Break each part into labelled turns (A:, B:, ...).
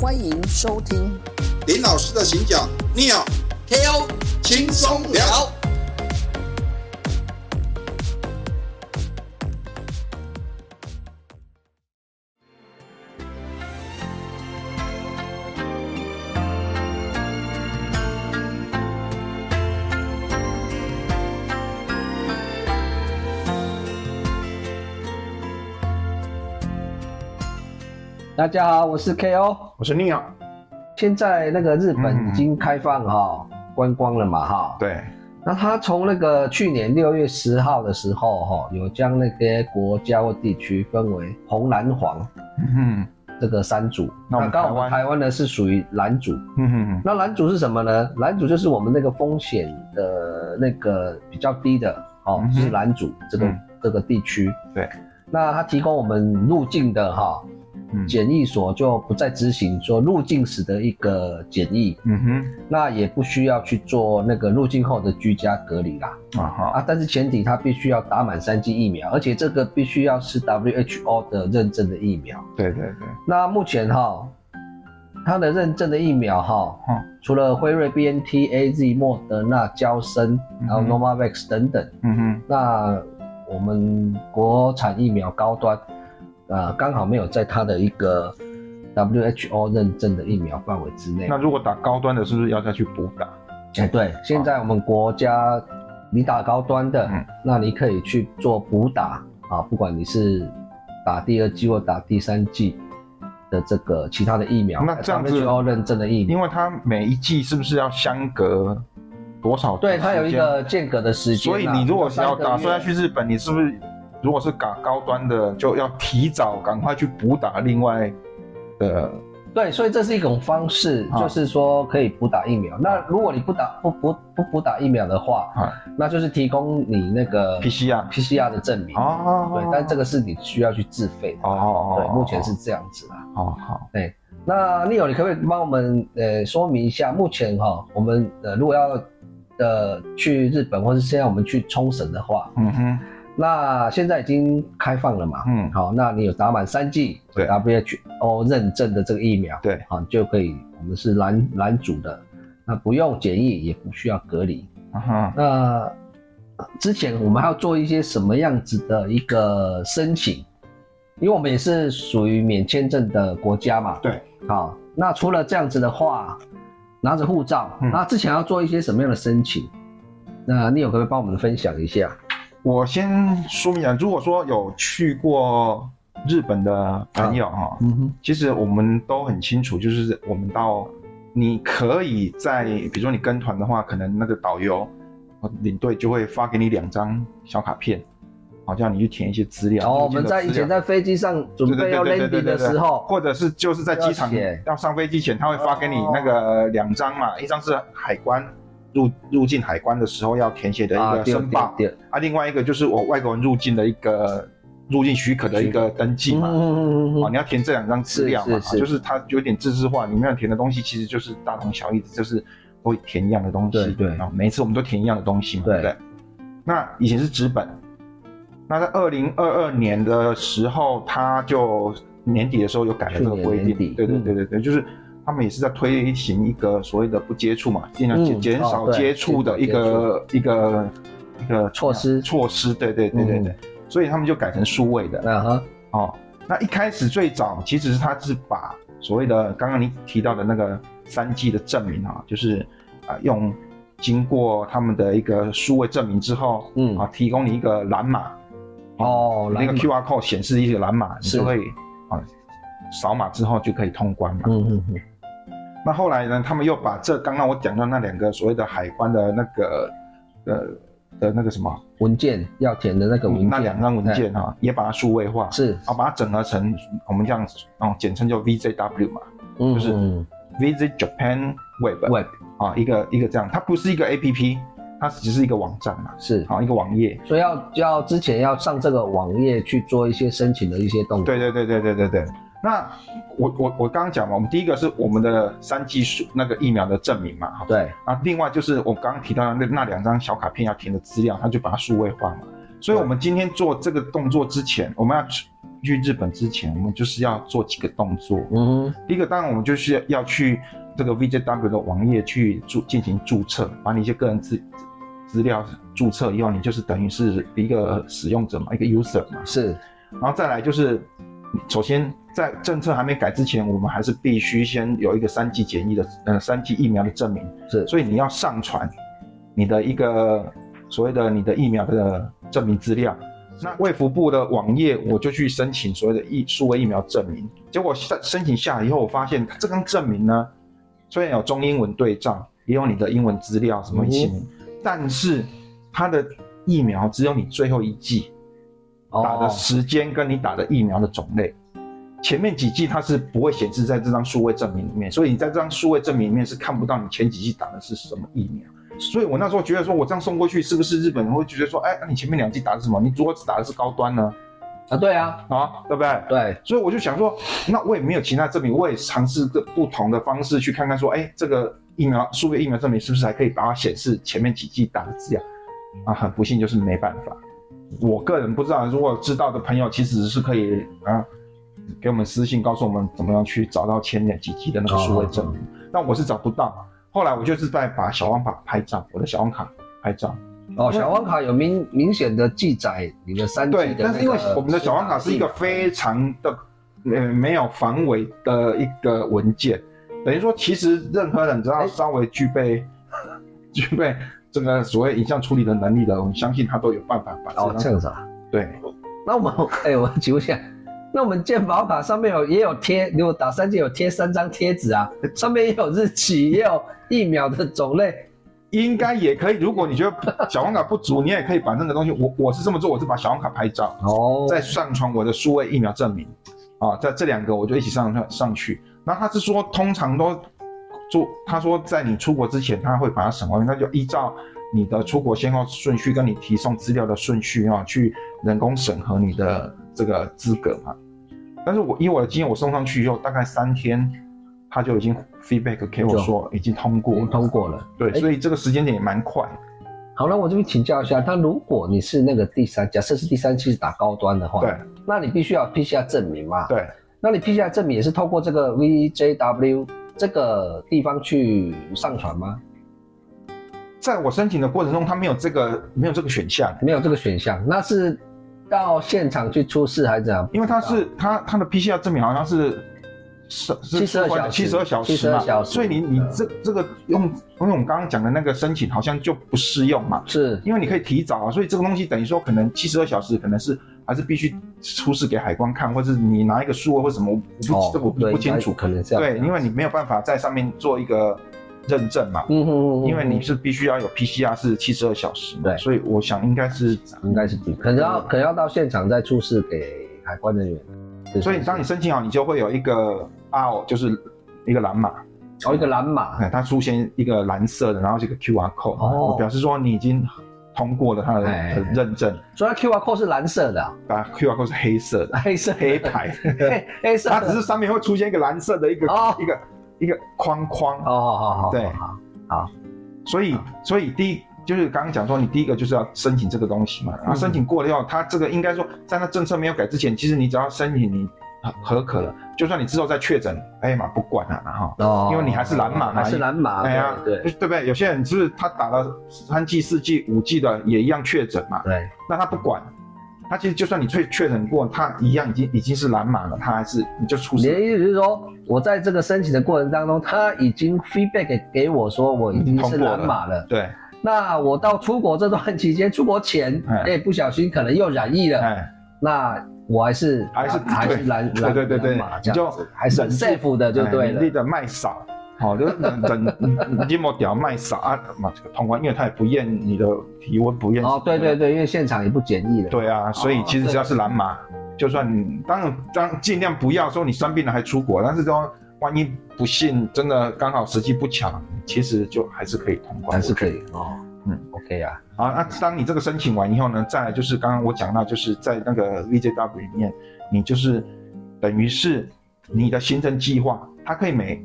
A: 欢迎收听。
B: 林老师的行脚 n e
C: KO
B: 轻松聊。
A: 大家好，我是 KO。
D: 我是 n e
A: 现在那个日本已经开放哈、观光了嘛哈。。
D: 嗯对，
A: 那他从那个去年六月十号的时候哈、有将那些国家或地区分为红、蓝、黄
D: 嗯
A: 这个三组。
D: 那我们
A: 刚好我们
D: 台湾
A: 台湾呢是属于蓝组。
D: 哼嗯哼
A: 那蓝组是什么呢？蓝组就是我们那个风险的那个比较低的哦，
D: 嗯哼
A: 是蓝组这个、
D: 嗯
A: 这个地区。
D: 对。
A: 那它提供我们入境的哈、
D: 嗯
A: 检疫所就不再执行说入境时的一个检疫，
D: 嗯哼
A: 那也不需要去做那个入境后的居家隔离啦。
D: 啊哈
A: 啊，但是前提它必须要打满三剂疫苗，而且这个必须要是 WHO 的认证的疫苗。
D: 对对对，
A: 那目前哈，它的认证的疫苗哈，
D: 嗯
A: 除了辉瑞、B N T、A Z、莫德纳、交生，然后
D: 嗯哼
A: Novavax 等等，
D: 嗯哼
A: 那我们国产疫苗高端，呃，刚好没有在它的一个 WHO 认证的疫苗范围之内
D: 那。如果打高端的，是不是要再去补打？
A: 哎，对，现在我们国家你打高端的，
D: 嗯
A: 那你可以去做补打啊，不管你是打第二剂或打第三剂的这个其他的疫苗，哎
D: 那这样子
A: WHO 认证的疫苗
D: 因，为它每一季是不是要相隔多少？
A: 对，它有一，个间隔的时间啊、
D: 所以你如果是要打算
A: 下
D: 要去日本，你是不是如果是打高端的，就要提早赶快去补打另外的？
A: 对，所以这是一种方式，
D: 啊
A: 就是说可以补打疫苗。那如果你不打不不不补打疫苗的话，
D: 啊
A: 那就是提供你那个
D: PCR
A: PCR 的证明。
D: 哦，
A: 对，但这个是你需要去自费的。
D: 哦哦
A: 对，目前是这样子啦。
D: 哦好，
A: 那 Leo，你可不可以帮我们呃说明一下，目前哈、我们呃如果要呃去日本，或是现在我们去冲绳的话，
D: 嗯哼
A: 那现在已经开放了嘛？
D: 嗯
A: 好，那你有打满三剂
D: 对
A: WHO 认证的这个疫苗，
D: 对，
A: 好，你就可以，我们是蓝蓝组的，那不用检疫，也不需要隔离。
D: 嗯哼
A: 那之前我们还要做一些什么样子的一个申请？因为我们也是属于免签证的国家嘛。
D: 对。
A: 好，那除了这样子的话，拿着护照，
D: 嗯
A: 那之前要做一些什么样的申请？那你有可不可以帮我们分享一下？
D: 我先说明啊，如果说有去过日本的朋友哈、
A: 嗯哼，
D: 其实我们都很清楚，就是我们到你可以在，比如说你跟团的话，可能那个导游、呃领队就会发给你两张小卡片，好叫你去填一些资料。
A: 然后哦我们
D: 入境的
A: 在
D: 资
A: 以前
D: 料
A: 在飞机上准
D: 对
A: 备要 landing 的时候，
D: 或者是就是在机场
A: 要写
D: 要上飞机前，他会发给你那个两张
A: 哦
D: 嘛，一张是海关入入境海关的时候要填写的一
A: 啊
D: 个申报，
A: 对对
D: 啊，另外一个就是我外国人入境的一个入境许可的一个登记
A: 对，嗯
D: 嘛。
A: 嗯嗯
D: 哦，你要填这两张资料嘛，
A: 是是是
D: 就是它有点自治化，里面填的东西其实就是大同小异，就是都填一样的东西。
A: 对对
D: 啊，每一次我们都填一样的东西嘛，
A: 对
D: 对不对？那以前是纸本，那在二零二二年的时候，它就年底的时候有改了这个
A: 去年
D: 规定
A: 年底，
D: 对对
A: 嗯
D: 对对对，就是。他们也是在推行一个所谓的不接触嘛，尽量
A: 嗯
D: 减减
A: 哦
D: 少
A: 对
D: 接触的一个一个一个
A: 措施嗯
D: 措施，对对对对对，所以他们就改成数位的。
A: 嗯，啊哈，
D: 哦，那一开始最早其实是他是把所谓的刚刚你提到的那个三 G 的证明啊，就是啊、用经过他们的一个数位证明之后，
A: 嗯
D: 啊提供你一个蓝码，
A: 哦
D: 那
A: 蓝
D: 个
A: 码
D: QR code 显示一个蓝码，你
A: 是
D: 就会啊扫码之后就可以通关嘛。
A: 嗯嗯嗯，
D: 那后来呢，他们又把这刚刚我讲到那两个所谓的海关的那个呃的那个什么
A: 文件要填的那个文件，哎
D: 嗯那两张文件哈、啊也把它数位化。
A: 是，
D: 啊，把它整合成我们这样，哦，简称叫 VJW 嘛
A: 嗯
D: 就是
A: 嗯
D: ，Visit Japan Web
A: 嗯 Web
D: 啊，一个一个这样，它不是一个 APP，它只是一个网站嘛，
A: 是，
D: 啊，一个网页。
A: 所以要要之前要上这个网页去做一些申请的一些动作。
D: 对对对对对对对。那我我我刚刚讲嘛，我们第一个是我们的三剂数那个疫苗的证明嘛，哈，
A: 对
D: 啊，另外就是我刚刚提到的那那两张小卡片要填的资料，它就把它数位化嘛。所以我们今天做这个动作之前，我们要去去日本之前，我们就是要做几个动作。
A: 嗯哼，
D: 第一个，当然我们就是要去这个 VJW 的网页去注进行注册，把你一些个人资资资料注册以后，你就是等于是一个使用者嘛，一个 user 嘛。
A: 是，
D: 然后再来就是，首先在政策还没改之前，我们还是必须先有一个三剂检疫的，呃，三剂疫苗的证明。
A: 是
D: 所以你要上传你的一个所谓的你的疫苗的证明资料。那卫福部的网页，我就去申请所谓的疫数位疫苗证明。结果申申请下来以后，我发现这张证明呢，虽然有中英文对照，也有你的英文资料什么一
A: 嗯
D: 些，但是它的疫苗只有你最后一剂。打的
A: 哦，
D: 时间跟你打的疫苗的种类。前面几剂它是不会显示在这张数位证明里面，所以你在这张数位证明里面是看不到你前几剂打的是什么疫苗。所以我那时候觉得说，我这样送过去是不是日本人会觉得说，哎，那你前面两剂打的是什么？你如果只打的是高端呢？
A: 啊，对啊，
D: 啊，对不对？
A: 对，
D: 所以我就想说，那我也没有其他证明，我也尝试各不同的方式去看看说，哎，这个疫苗数位疫苗证明是不是还可以把它显示前面几剂打的资料？啊，很不幸就是没办法。我个人不知道，如果知道的朋友其实是可以啊，给我们私信告诉我们怎么样去找到前面几剂的那个数位证明。但我是找不到，后来我就是在把小黄卡拍照，我的小黄卡拍照。
A: 哦，小黄卡有明明显的记载你的三 G 的、
D: 对
A: 那，
D: 但是因为
A: 个
D: 我们的小黄卡是一个非常的呃没有防伪的一个文件，等于说其实任何人只要稍微具备、 具备这个所谓影像处理的能力的，我们相信他都有办法把
A: 哦
D: 这
A: 这
D: 张、
A: 样子啊，
D: 对
A: 那我们哎、我请问一下，那我们健保卡上面有也有贴，如果打三剂有贴三张贴纸啊，上面也有日期，也有疫苗的种类，
D: 应该也可以。如果你觉得小黄卡不足，你也可以把那个东西，我我是这么做，我是把小黄卡拍照，
A: 哦，
D: 再上传我的数位疫苗证明，啊，在这两个我就一起上传上去。那他是说，通常都做，他说在你出国之前，他会把它审完，那就依照你的出国先后顺序跟你提送资料的顺序啊，去人工审核你的这个资格嘛。但是我以我的经验，我送上去以后，大概三天，他就已经 feedback 给我说已经通过
A: 已经
D: 了，
A: 通过了。
D: 对，
A: 哎
D: 所以这个时间点也蛮快。
A: 好，那我这边请教一下，那如果你是那个第三，假设是第三期是打高端的话，
D: 对，
A: 那你必须要 PCR 证明嘛？，
D: 对，
A: 那你 PCR 证明也是透过这个 VJW 这个地方去上传吗？
D: 在我申请的过程中，他没有这个没有这个选项。
A: 没有这个选项，那是到现场去出示还是怎样？
D: 因为它是它它的 PCR 证明好像是是
A: 72小时
D: 七十二小时嘛，
A: 72小时
D: 所以你你
A: 嗯
D: 这这个用用我们刚刚讲的那个申请好像就不适用嘛，
A: 是
D: 因为你可以提早啊，所以这个东西等于说可能七十二小时可能是还是必须出示给海关看，或是你拿一个数位或什么，我不、这个我不
A: 哦对
D: 不清楚，
A: 可能是要
D: 对，因为你没有办法在上面做一个认证嘛。
A: 嗯哼
D: 因为你是必须要有 PCR 是七十二小时嘛，
A: 对
D: 所以我想应该是
A: 应该是可能要可能要到现场再出示给海关人员。
D: 所以当你申请好，你就会有一个 R，就是一个蓝码，
A: 哦一个蓝码
D: 哎，它出现一个蓝色的，然后这个 QR code，、
A: 哦
D: 我表示说你已经通过了它的
A: 哎
D: 的认证，
A: 所以它 QR code 是蓝色的啊、哎
D: 把 QR code 是黑色的，
A: 黑色的
D: 黑牌，
A: 黑黑色的，
D: 它只是上面会出现一个蓝色的一个、
A: 哦
D: 一个一个框框，
A: 哦好好好
D: 对
A: 好
D: 所以所以第一。就是刚刚讲说，你第一个就是要申请这个东西嘛，然后申
A: 嗯
D: 请过了以后，它这个应该说，在那政策没有改之前，其实你只要申请你合可了，就算你之后再确诊，哎呀妈不管了、啊，然后
A: 哦，
D: 因为你还是蓝码嘛
A: 还是蓝码，
D: 哎呀，
A: 对
D: 对不对？有些人是他打了三剂、四剂、五剂的，也一样确诊嘛，
A: 对
D: 那他不管，他其实就算你确确诊过，他一样已经已经是蓝码了，他还是你就出
A: 你
D: 事
A: 的。意思是说，我在这个申请的过程当中，他已经 feedback 给给我说我已经
D: 嗯
A: 是
D: 通过了
A: 蓝码了。
D: 对，
A: 那我到出国这段期间，出国前，
D: 哎
A: 哎、不小心可能又染疫了，
D: 哎，
A: 那我还是
D: 还是
A: 嗯还是
D: 对
A: 蓝
D: 对
A: 蓝
D: 对对对
A: 蓝码
D: 你
A: 这样子
D: 就
A: 还是
D: 忍住
A: safe 的就对
D: 哎你
A: 了。
D: 的卖少，好，就是等等筋膜屌卖少啊嘛，这个通关，因为他也不验你的体温，不验
A: 哦，对对对，因为现场也不检疫了。
D: 对啊，所以其实只要是蓝码，就算你当然当然尽量不要说你生病了还出国，但是说万一不幸真的刚好时机不巧，其实就还是可以通关，
A: 还是可以哦。嗯
D: 嗯
A: ，OK 啊，
D: 啊。那当你这个申请完以后呢，再来就是刚刚我讲到，就是在那个 VJW 里面，你就是等于是你的行程计划，它可以每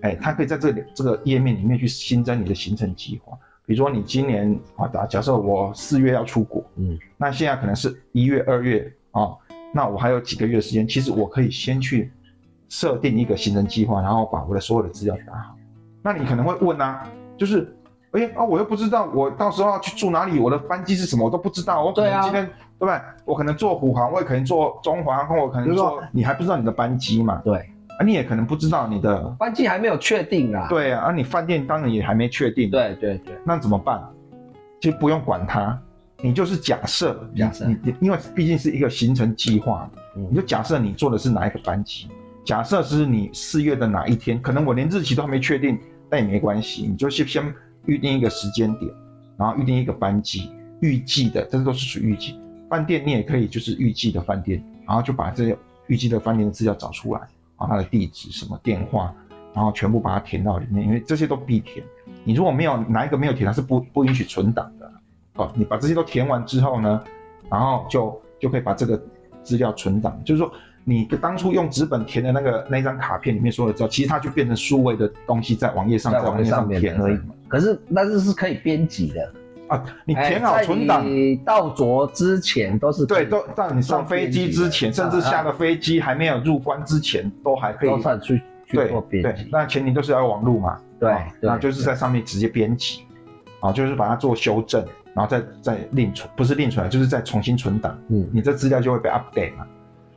D: 哎，它可以在这里这个页面里面去新增你的行程计划。比如说你今年啊，打假设我四月要出国，
A: 嗯，
D: 那现在可能是一月、二月啊、哦那我还有几个月的时间，其实我可以先去设定一个行程计划，然后把我的所有的资料打好。那你可能会问啊，就是，哎、啊，我又不知道我到时候要去住哪里，我的班机是什么，我都不知道。我可
A: 对
D: 能
A: 啊
D: 今天对吧？我可能坐虎航，我也可能坐中华航空，我可能
A: 没错
D: 坐，你还不知道你的班机嘛？
A: 对，
D: 啊，你也可能不知道你的，
A: 班机还没有确定啊。
D: 对啊，啊，你饭店当然也还没确定。
A: 对对对，
D: 那怎么办？就不用管它，你就是假设，
A: 假设
D: 你你因为毕竟是一个行程计划，
A: 嗯
D: 你就假设你坐的是哪一个班机，假设是你四月的哪一天，可能我连日期都还没确定，但也没关系，你就先先预定一个时间点，然后预定一个班机，预计的，这都是属于预计。饭店你也可以就是预计的饭店，然后就把这些预计的饭店的资料找出来，然后它的地址、什么电话，然后全部把它填到里面，因为这些都必填。你如果没有哪一个没有填，它是不不允许存档的。哦，你把这些都填完之后呢，然后就就可以把这个资料存档，就是说你当初用纸本填的那个那一张卡片里面说的资料，其实它就变成数位的东西在网页上
A: 在
D: 在
A: 网
D: 网
A: 页
D: 页
A: 上
D: 上
A: 面
D: 填而已嘛。
A: 可是但是是可以编辑的，
D: 啊，你填好
A: 哎在
D: 存档，
A: 你到着之前都是可
D: 对，
A: 以
D: 都到你上飞机之前，
A: 做
D: 甚
A: 编辑
D: 至
A: 的啊
D: 下了飞机还没有入关之前，都还可以
A: 都算去去
D: 对
A: 做编
D: 对
A: 辑。。
D: 那前提就是要有网路嘛，
A: 对
D: 哦，
A: 对
D: 那就是在上面直接编辑，啊，就是把它做修正，然后再再另存，不是另存，啊就是再重新存档，
A: 嗯
D: 你这资料就会被 update 嘛。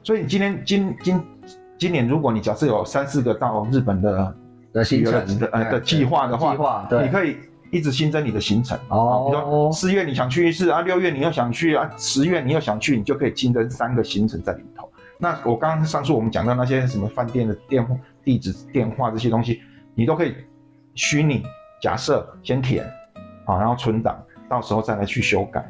D: 所以你今天今今今年，如果你假设有三四个到日本的
A: 的
D: 旅
A: 行
D: 游的
A: 程哎
D: 的呃的计划的话
A: 计，划
D: 你
A: 对
D: 可以一直新增你的行程。啊，比如
A: 哦
D: 说，四月你想去一次啊，六月你又想去啊，十月你又想去，你就可以新增三个行程在里头。那我刚刚上述我们讲到那些什么饭店的电话、地址、电话这些东西，你都可以虚拟假设先填，啊，然后存档，到时候再来去修改。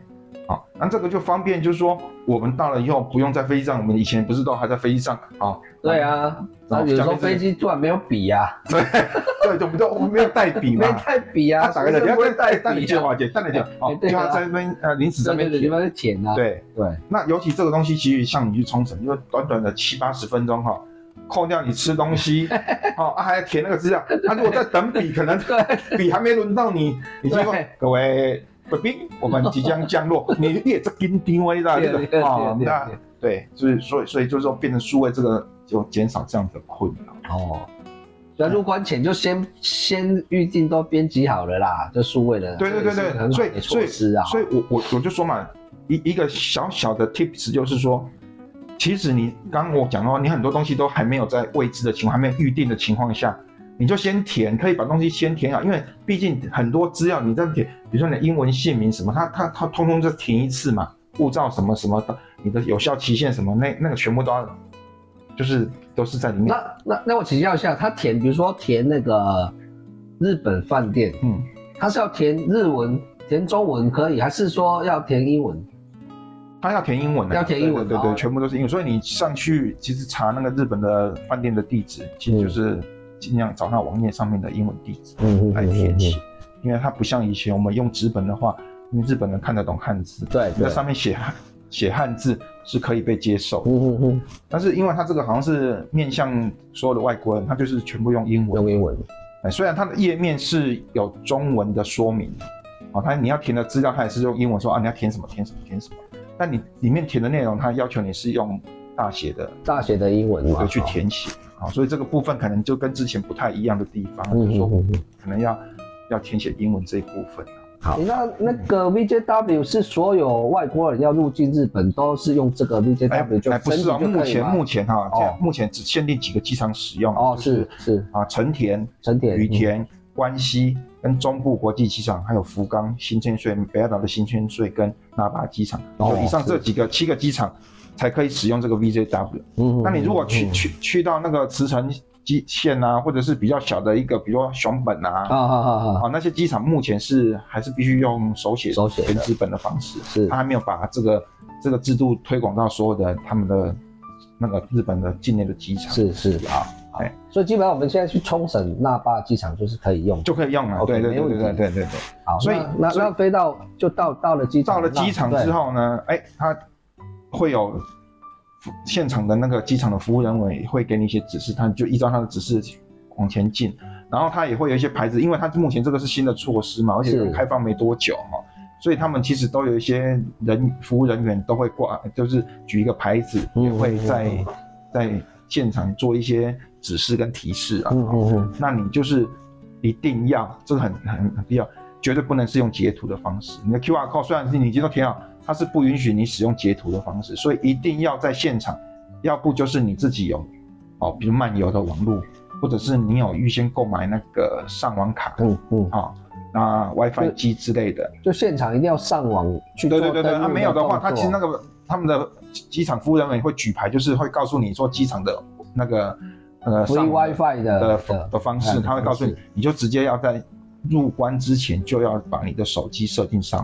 D: 啊，那这个就方便，就是说我们到了以后不用在飞机上，我们以前不是都还在飞机上啊？
A: 对啊，然后有时候飞机突然没有笔啊，
D: 对，对，我们都我们没有带笔
A: 没
D: 嘛，
A: 带笔
D: 他
A: 啊，
D: 打个电
A: 谁
D: 话，
A: 不会带
D: 带你
A: 笔
D: 去
A: 啊，
D: 华姐，带你去，哦
A: 哎，对
D: 就
A: 啊
D: 他在那边呃临时在
A: 这
D: 那
A: 边
D: 边
A: 的地
D: 填，
A: 方填啊，
D: 对。
A: 对
D: 那尤其这个东西，其实像你去冲绳，因为短短的七八十分钟哈、扣掉你吃 东西，哦，啊、还要填那个资料，他、如果在等笔，可能
A: 对
D: 笔还没轮到你，你就说
A: 对
D: 各位贵宾，我们即将 降落，你你也在跟定位的这
A: 对对
D: 个哦，
A: 对
D: 那对，就是所以所以就是说，变成数位这个就减少这样的困扰。
A: 哦。那入关前就先先预定都编辑好了啦，就数位的啦。
D: 对对对
A: 这个是
D: 对，
A: 很好
D: 所
A: 的
D: 以所
A: 措
D: 以
A: 施啊，
D: 所以我我我就说嘛，一一个小小的 tips 就是说，其实你刚刚我讲到，你很多东西都还没有在未知的情况，还没有预定的情况下，你就先填，可以把东西先填好，因为毕竟很多资料你在填，比如说你的英文姓名什么，它它它通通就填一次嘛，护照什么什么的，你的有效期限什么，那那个全部都要，就是都是在里面。
A: 那那那我请教一下，他填，比如说填那个日本饭店，
D: 嗯，
A: 他是要填日文、填中文可以，还是说要填英文？
D: 他要填英文的，啊
A: 要填英文
D: 对对对
A: 哦
D: 对，全部都是英文。所以你上去其实查那个日本的饭店的地
A: 嗯
D: 址，其实就是尽量找那网页上面的英文地址
A: 嗯
D: 来填写，因为它不像以前我们用纸本的话，因为日本人看得懂汉字，
A: 对
D: 在
A: 对，
D: 上面写 汉写汉字是可以被接受。
A: 嗯嗯嗯，
D: 但是因为它这个好像是面向所有的外国人，它就是全部用英文。
A: 用英文。
D: 哎，虽然它的页面是有中文的说明，哦，它你要填的资料它也是用英文说啊，你要填什么填什么填什么，但你里面填的内容它要求你是用大写的
A: 大学的英文嘛，
D: 就去填写，啊、所以这个部分可能就跟之前不太一样的地方，
A: 嗯。
D: 就是
A: 嗯
D: 说
A: 嗯嗯，
D: 可能要要填写英文这一部分。
A: 好。那那个 VJW 是所有外国人要入境日本都是用这个 VJW 就
D: 不是哦，
A: 申请就
D: 目
A: 可以
D: 前
A: 吗
D: 目前哈、
A: 哦
D: 这样目前只限定几个机场使用，
A: 哦
D: 就是
A: 是
D: 啊成田、
A: 成田
D: 羽田、关西跟中部国际机场，还有福冈、新千岁、北海道的新千岁跟那霸机场，
A: 哦
D: 就以上这几个七个机场才可以使用这个 VJW。
A: 嗯，嗯
D: 那你如果
A: 嗯
D: 去
A: 嗯
D: 去去到那个茨城基线啊，或者是比较小的一个，比如说熊本啊，
A: 啊好好好，
D: 啊那些机场目前是还是必须用手写
A: 手写的
D: 填纸本的方式，
A: 是
D: 他还没有把这个这个制度推广到所有的他们的那个日本的境内的机场。
A: 是是
D: 啊，
A: 好
D: 哎。
A: 所以基本上我们现在去冲绳那霸机场就是可以用，
D: 就可以用了，
A: OK，
D: 对对
A: 没
D: 对
A: 问
D: 对
A: 题
D: 对对对。
A: 好，
D: 所以
A: 那那
D: 所以
A: 那飞到就到到了机场，
D: 到了机场之
A: 那，
D: 后呢，哎，他会有服现场的那个机场的服务人员会给你一些指示，他就依照他的指示往前进。然后他也会有一些牌子，因为他目前这个是新的措施嘛，而且
A: 是
D: 刚开放没多久哈、所以他们其实都有一些人服务人员都会挂，就是举一个牌子，
A: 嗯
D: 也会
A: 嗯
D: 在
A: 嗯
D: 在现场做一些指示跟提示啊。
A: 嗯嗯嗯，
D: 那你就是一定要，这个很很很必要，绝对不能是用截图的方式。你的 QR code 虽然是你已经都填好，它是不允许你使用截图的方式，所以一定要在现场，要不就是你自己有哦，比如漫游的网络，或者是你有预先购买那个上网卡
A: 嗯嗯，
D: 啊、哦那
A: 对
D: WiFi 机之类的。
A: 就现场一定要上网去做
D: 对对对对，
A: 登
D: 啊
A: 录
D: 没有的话，
A: 动作
D: 他其实那个他们的机场服务人员会举牌，就是会告诉你说机场的那个呃
A: free
D: 上网的
A: WiFi 的
D: 的的方
A: 哎
D: 式，他会告诉你
A: 方式，
D: 你就直接要在入关之前就要把你的手机设定上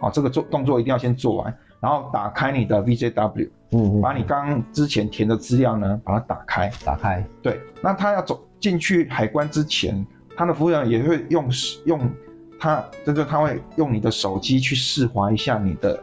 D: 网，哦，这个做动作一定要先做完，然后打开你的 VJW，
A: 嗯嗯，
D: 把你刚刚之前填的资料呢，把它打开。
A: 打开，
D: 对，那他要走进去海关之前，他的服务员也会用用他，就是他会用你的手机去试划一下你的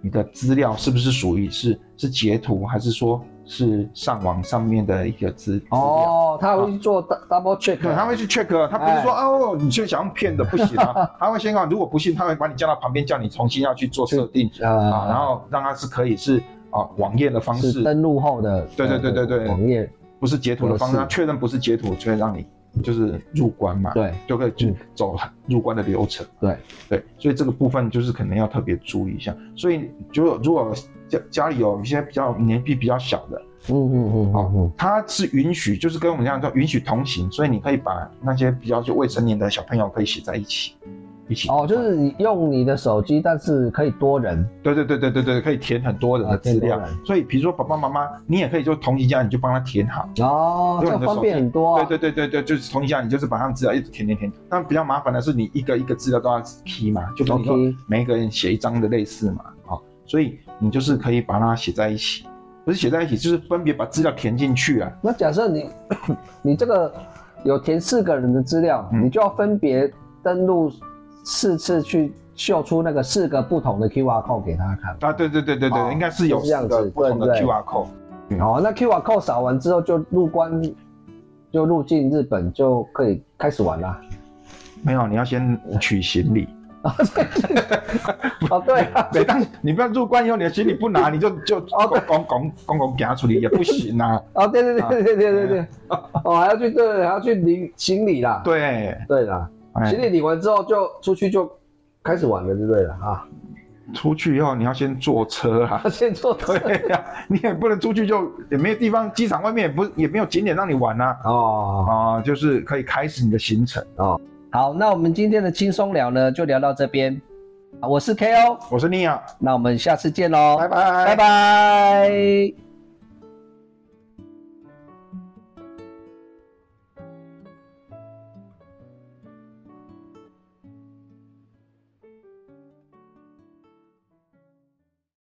D: 你的资料是不是属于是是截图，还是说是上网上面的一个资资料。
A: 哦，他会去做 dou- double
D: 啊对，他
A: check，
D: 会去 check，他不是说、哦，你去想用骗的不行啊，他会先看，如果不信，他会把你叫到旁边，叫你重新要去做设定
A: 呃
D: 啊，然后让他是可以是啊网页的方
A: 是
D: 式，
A: 登录后的，呃
D: 对对对对对
A: 网页，
D: 不是截图的方式，
A: 格式
D: 他确认不是截图，就会让你就是入关嘛，，
A: 对
D: 就可以去
A: 嗯
D: 走入关的流程，
A: 对
D: 对，所以这个部分就是可能要特别注意一下，所以就如果家家里有一些比较年纪比较小的，
A: 嗯嗯嗯嗯嗯，
D: 它是允许，就是跟我们一样，叫允许同行，所以你可以把那些比较就未成年的小朋友可以写在一起，一起
A: 哦，就是你用你的手机，但是可以多人，
D: 对对对对对对，可以填很多人的资料，
A: 啊填多人
D: 所以比如说爸爸妈妈，你也可以就同行家，你就帮他填好，
A: 哦，
D: 用
A: 这
D: 你的
A: 样方便
D: 手机
A: 很多啊，
D: 对对对对对，就是同行家，你就是把他们资料一直填填填，但比较麻烦的是你一个一个资料都要 key 嘛，就跟你说
A: OK
D: 每一个人写一张的类似嘛，好、所以你就是可以把它写在一起，不是写在一起，就是分别把资料填进去啊，
A: 那假设你 你这个有填四个人的资料，
D: 嗯
A: 你就要分别登录四次去秀出那个四个不同的 QR code 给他看。
D: 啊，对对对对对，
A: 哦
D: 应该是有
A: 是这样
D: 四个
A: 子
D: 不同的
A: 对对
D: QR code。
A: 哦，那 QR code 扫完之后就入关，就入境日本就可以开始玩啦。
D: 没有，你要先取行李。
A: 哦，对啊，
D: 每当你不要入关以后，你的行李不拿，你就就哦，公公公公给他处理也不行啊。
A: 哦，对对对对对对对，哦，还要去对，还要去领行李啦。
D: 对，
A: 对啦，
D: 哎
A: 行李领完之后就出去就开始玩了，就对了啊。
D: 出去以后你要先坐车啊。
A: 先做
D: 对呀、你也不能出去就也没有地方，机场外面也不也没有景点让你玩啊。
A: 哦。
D: 啊、就是可以开始你的行程。
A: 好，那我们今天的轻松聊呢，就聊到这边。我是 KO，
D: 我是尼亚，
A: 那我们下次见喽，
D: 拜拜，
A: 拜拜